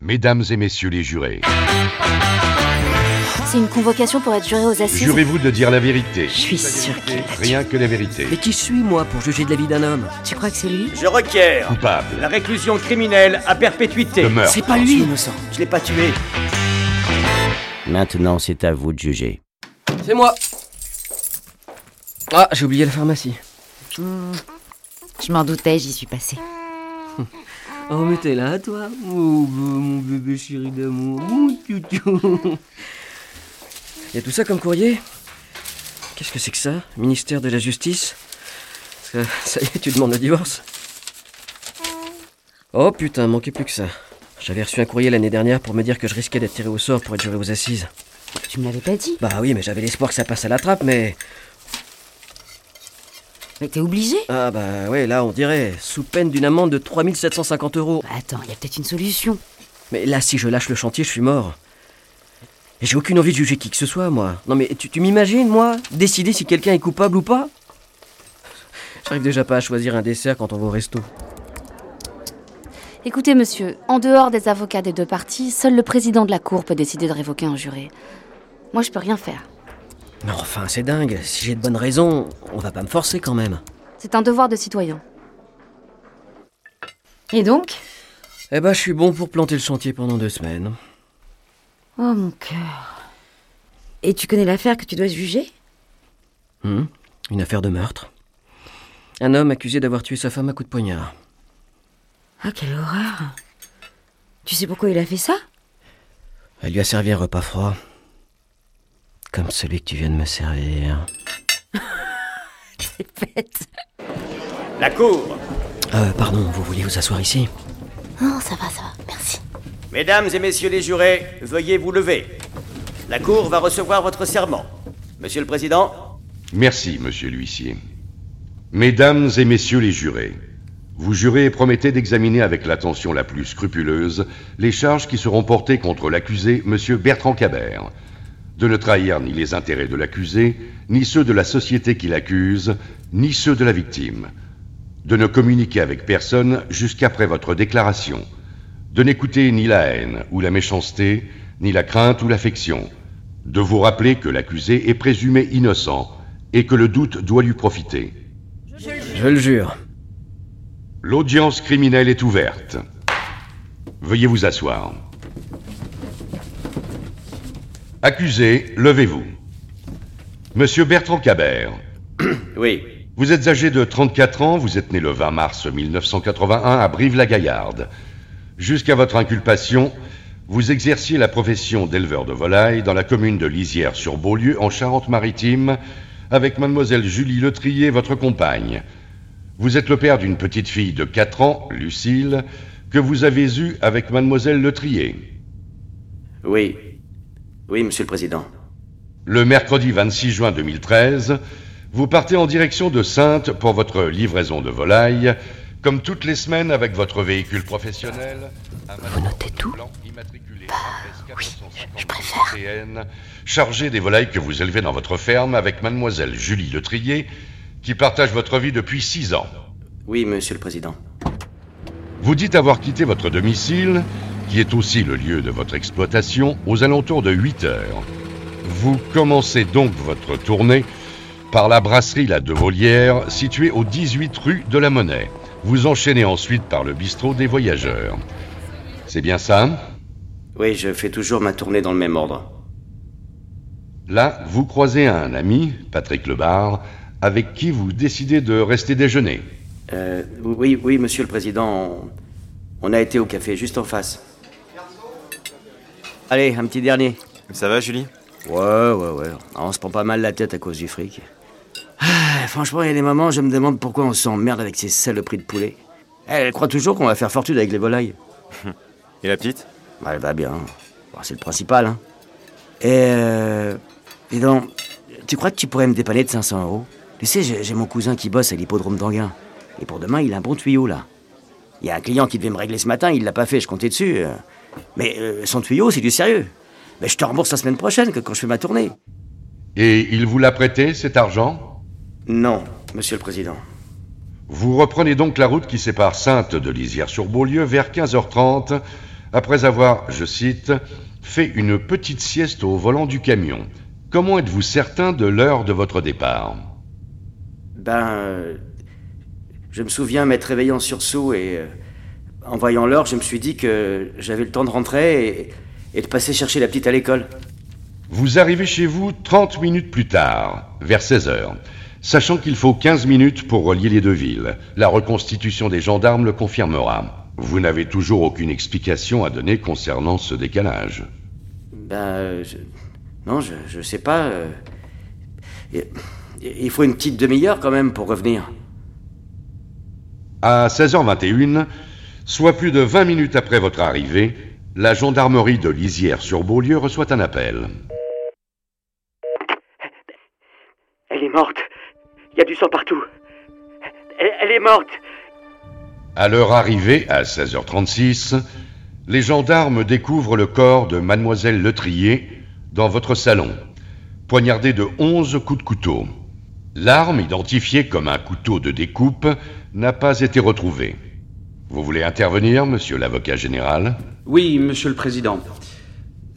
Mesdames et messieurs les jurés, Ah, C'est une convocation pour être juré aux assises. jurez-vous de dire la vérité. Je suis sûre qu'il l'a tué. Rien que la vérité. Mais qui suis moi pour juger de la vie d'un homme Tu crois que c'est lui Je requiers la Coupable. réclusion criminelle à perpétuité. De meurtre. C'est pas lui innocent. Je l'ai pas tué. Maintenant, c'est à vous de juger. C'est moi. Ah, j'ai oublié la pharmacie. Je m'en doutais, j'y suis passée. Oh, mais t'es là, toi Oh, bah, mon bébé chéri d'amour. Mon toutou. Y a tout ça comme courrier Qu'est-ce que c'est que ça Ministère de la Justice ça, ça y est, tu demandes le divorce Oh putain, manquait plus que ça. J'avais reçu un courrier l'année dernière pour me dire que je risquais d'être tiré au sort pour être juré aux assises. Tu me l'avais pas dit. Bah oui, mais j'avais l'espoir que ça passe à la trappe, mais... Mais t'es obligé. Ah bah ouais, là on dirait, sous peine d'une amende de 3750 euros. Attends, il y a peut-être une solution. Mais là, si je lâche le chantier, je suis mort. Et j'ai aucune envie de juger qui que ce soit, moi. Non mais tu, tu m'imagines, moi, décider si quelqu'un est coupable ou pas J'arrive déjà pas à choisir un dessert quand on va au resto. Écoutez, monsieur, en dehors des avocats des deux parties, seul le président de la cour peut décider de révoquer un juré. Moi, je peux rien faire. Mais enfin, c'est dingue, si j'ai de bonnes raisons, on va pas me forcer quand même. C'est un devoir de citoyen. Et donc Eh bah, je suis bon pour planter le chantier pendant deux semaines. Oh mon cœur. Et tu connais l'affaire que tu dois juger Hmm, Une affaire de meurtre. Un homme accusé d'avoir tué sa femme à coups de poignard. Ah, quelle horreur. Tu sais pourquoi il a fait ça Elle lui a servi un repas froid. Comme celui que tu viens de me servir. C'est bête. La cour. Euh, pardon, vous voulez vous asseoir ici Non, ça va, ça va. Merci. Mesdames et messieurs les jurés, veuillez vous lever. La cour va recevoir votre serment. Monsieur le Président, Merci, monsieur l'huissier. Mesdames et messieurs les jurés, vous jurez et promettez d'examiner avec l'attention la plus scrupuleuse les charges qui seront portées contre l'accusé, monsieur Bertrand Cabert. De ne trahir ni les intérêts de l'accusé, ni ceux de la société qui l'accuse, ni ceux de la victime. De ne communiquer avec personne jusqu'après votre déclaration. De n'écouter ni la haine ou la méchanceté, ni la crainte ou l'affection. De vous rappeler que l'accusé est présumé innocent et que le doute doit lui profiter. Je le jure. L'audience criminelle est ouverte. Veuillez vous asseoir. Accusé, levez-vous. Monsieur Bertrand Cabert, oui. vous êtes âgé de 34 ans, vous êtes né le 20 mars 1981 à Brive-la-Gaillarde. Jusqu'à votre inculpation, vous exerciez la profession d'éleveur de volailles dans la commune de Lisières-sur-Beaulieu en Charente-Maritime avec mademoiselle Julie Letrier, votre compagne. Vous êtes le père d'une petite fille de 4 ans, Lucille, que vous avez eue avec mademoiselle Letrier. Oui. Oui, Monsieur le Président. Le mercredi 26 juin 2013, vous partez en direction de Sainte pour votre livraison de volailles, comme toutes les semaines avec votre véhicule professionnel. Vous notez tout Bah oui, je préfère. Chargé des volailles que vous élevez dans votre ferme avec mademoiselle Julie Letrier, qui partage votre vie depuis six ans. Oui, Monsieur le Président. Vous dites avoir quitté votre domicile, qui est aussi le lieu de votre exploitation, aux alentours de 8 heures. Vous commencez donc votre tournée par la brasserie La Devolière, située au 18 rue de la Monnaie. Vous enchaînez ensuite par le bistrot des voyageurs. C'est bien ça Oui, je fais toujours ma tournée dans le même ordre. Là, vous croisez un ami, Patrick Lebar, avec qui vous décidez de rester déjeuner. Euh, oui, oui, Monsieur le Président. On, on a été au café juste en face. Allez, un petit dernier. Ça va, Julie Ouais, ouais, ouais. On se prend pas mal la tête à cause du fric. Ah, franchement, il y a des moments, je me demande pourquoi on s'emmerde avec ces saloperies de poulet. Eh, Elle croit toujours qu'on va faire fortune avec les volailles. Et la petite Bah, elle va bien. Bon, c'est le principal, hein. Et euh... Dis donc, tu crois que tu pourrais me dépanner de 500 euros Tu sais, j'ai j'ai mon cousin qui bosse à l'hippodrome d'Anguin. Et pour demain, il a un bon tuyau, là. Il y a un client qui devait me régler ce matin, il l'a pas fait, je comptais dessus. euh. Mais euh, son tuyau, c'est du sérieux. Mais je te rembourse la semaine prochaine, que quand je fais ma tournée. Et il vous l'a prêté, cet argent Non, monsieur le président. Vous reprenez donc la route qui sépare Sainte de Lisière-sur-Beaulieu vers 15h30 après avoir, je cite, fait une petite sieste au volant du camion. Comment êtes-vous certain de l'heure de votre départ Ben. euh, Je me souviens m'être réveillé en sursaut et. euh, en voyant l'heure, je me suis dit que j'avais le temps de rentrer et, et de passer chercher la petite à l'école. Vous arrivez chez vous 30 minutes plus tard, vers 16 heures, sachant qu'il faut 15 minutes pour relier les deux villes. La reconstitution des gendarmes le confirmera. Vous n'avez toujours aucune explication à donner concernant ce décalage. Ben. euh, je- non, je, je sais pas. euh, et- et- il faut une petite demi-heure quand même pour revenir. À 16h21, soit plus de 20 minutes après votre arrivée, la gendarmerie de Lisières-sur-Beaulieu reçoit un appel. Elle est morte. Il y a du sang partout. Elle, elle est morte. À leur arrivée, à 16h36, les gendarmes découvrent le corps de mademoiselle Letrier dans votre salon, poignardé de 11 coups de couteau. L'arme, identifiée comme un couteau de découpe, n'a pas été retrouvée. Vous voulez intervenir, monsieur l'avocat général Oui, Monsieur le Président.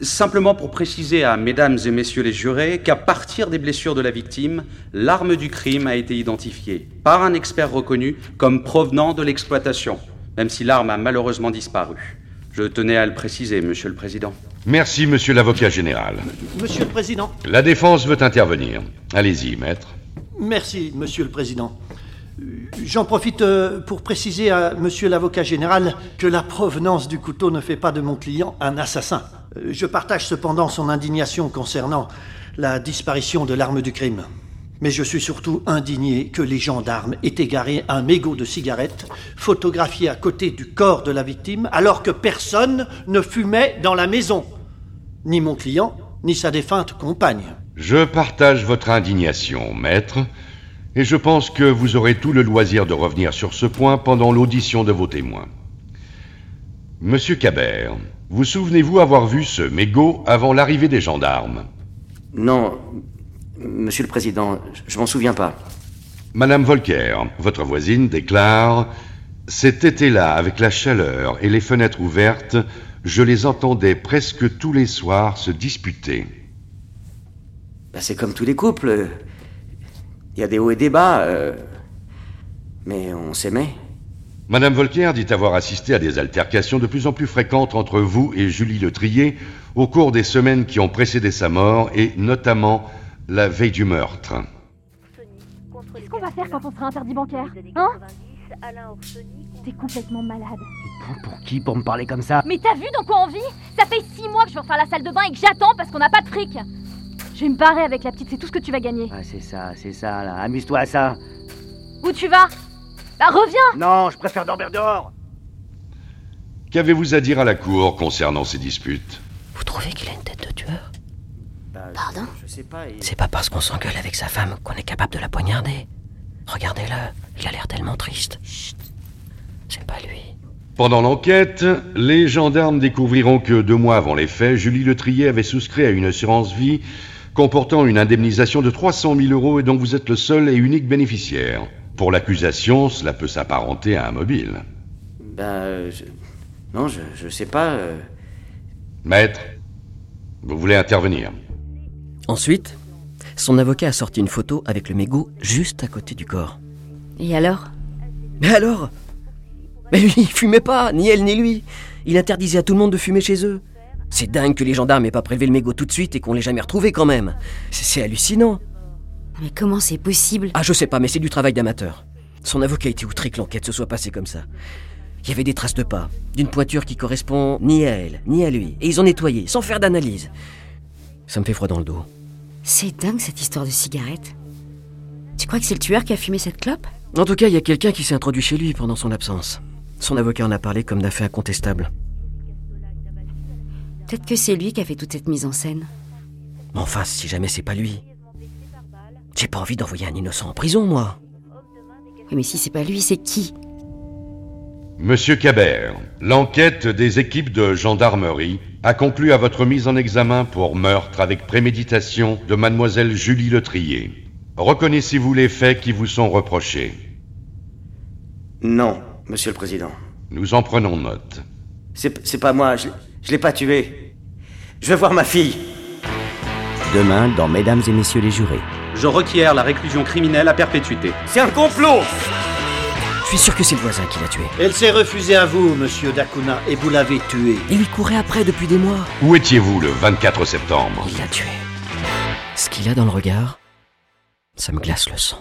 Simplement pour préciser à mesdames et messieurs les jurés qu'à partir des blessures de la victime, l'arme du crime a été identifiée par un expert reconnu comme provenant de l'exploitation, même si l'arme a malheureusement disparu. Je tenais à le préciser, Monsieur le Président. Merci, monsieur l'avocat général. Monsieur le Président, La défense veut intervenir. Allez-y, maître. merci, Monsieur le Président. Euh, J'en profite euh, pour préciser à Monsieur l'avocat général que la provenance du couteau ne fait pas de mon client un assassin. Euh, Je partage cependant son indignation concernant la disparition de l'arme du crime. Mais je suis surtout indigné que les gendarmes aient égaré un mégot de cigarette photographié à côté du corps de la victime alors que personne ne fumait dans la maison. Ni mon client, ni sa défunte compagne. Je partage votre indignation, maître, et je pense que vous aurez tout le loisir de revenir sur ce point pendant l'audition de vos témoins. Monsieur Cabert, vous souvenez-vous avoir vu ce mégot avant l'arrivée des gendarmes Non, m- Monsieur le Président, je- je m'en souviens pas. Madame Volcker, votre voisine, déclare Cet été-là, avec la chaleur et les fenêtres ouvertes, je les entendais presque tous les soirs se disputer. Bah, c'est comme tous les couples. euh, Il y a des hauts et des bas. euh, mais on s'aimait. Madame Volcker dit avoir assisté à des altercations de plus en plus fréquentes entre vous et Julie Le Trier au cours des semaines qui ont précédé sa mort et notamment la veille du meurtre. Qu'est-ce qu'on va faire quand on sera interdit bancaire 嗯 Hein T'es complètement malade. Pour qui Pour me parler comme ça Mais t'as vu dans quoi on vit Ça fait six mois que je veux refaire la salle de bain et que j'attends parce qu'on n'a pas de fric Je vais me barrer avec la petite, c'est tout ce que tu vas gagner. Ah, c'est ça, c'est ça, là. Amuse-toi à ça. Où tu vas Bah reviens Non, je préfère dormir dehors. Qu'avez-vous à dire à la cour concernant ces disputes Vous trouvez qu'il a une tête de tueur Pardon Bah, Je sais pas. il- C'est pas parce qu'on s'engueule avec sa femme qu'on est capable de la poignarder. Regardez-le, il a l'air tellement triste. Chut C'est pas lui. Pendant l'enquête, les gendarmes découvriront que deux mois avant les faits, Julie Le Trier avait souscrit à une assurance vie comportant une indemnisation de 300 000 euros et dont vous êtes le seul et unique bénéficiaire. Pour l'accusation, cela peut s'apparenter à un mobile. Bah, je- non, je, je sais pas. euh, Maître, vous voulez intervenir Ensuite, son avocat a sorti une photo avec le mégot juste à côté du corps. Et alors Mais alors Mais lui, il fumait pas, ni elle ni lui. Il interdisait à tout le monde de fumer chez eux. C'est dingue que les gendarmes aient pas prélevé le mégot tout de suite et qu'on l'ait jamais retrouvé quand même. C'est- C'est hallucinant. Non, Mais comment c'est possible Ah, je sais pas, mais c'est du travail d'amateur. Son avocat était outré que l'enquête se soit passée comme ça. Il y avait des traces de pas, d'une pointure qui correspond ni à elle, ni à lui. Et ils ont nettoyé, sans faire d'analyse. Ça me fait froid dans le dos. C'est dingue cette histoire de cigarette. Tu crois que c'est le tueur qui a fumé cette clope En tout cas, il y a quelqu'un qui s'est introduit chez lui pendant son absence. Son avocat en a parlé comme d'un fait incontestable. Peut-être que c'est lui qui a fait toute cette mise en scène. Mais enfin, si jamais c'est pas lui. J'ai pas envie d'envoyer un innocent en prison, moi. Oui, mais si c'est pas lui, c'est qui Monsieur Cabert, l'enquête des équipes de gendarmerie a conclu à votre mise en examen pour meurtre avec préméditation de mademoiselle Julie Letrier. Reconnaissez-vous les faits qui vous sont reprochés Non, Monsieur le Président. Nous en prenons note. C'est c'est pas moi, je, je l'ai pas tué. Je veux voir ma fille. Demain, dans Mesdames et Messieurs les jurés. Je requiers la réclusion criminelle à perpétuité. C'est un complot Je suis sûr que c'est le voisin qui l'a tué. Elle s'est refusée à vous, monsieur Dakuna, et vous l'avez tuée. Il lui courait après depuis des mois. Où étiez-vous le 24 septembre Il l'a tué. Ce qu'il a dans le regard, ça me glace le sang.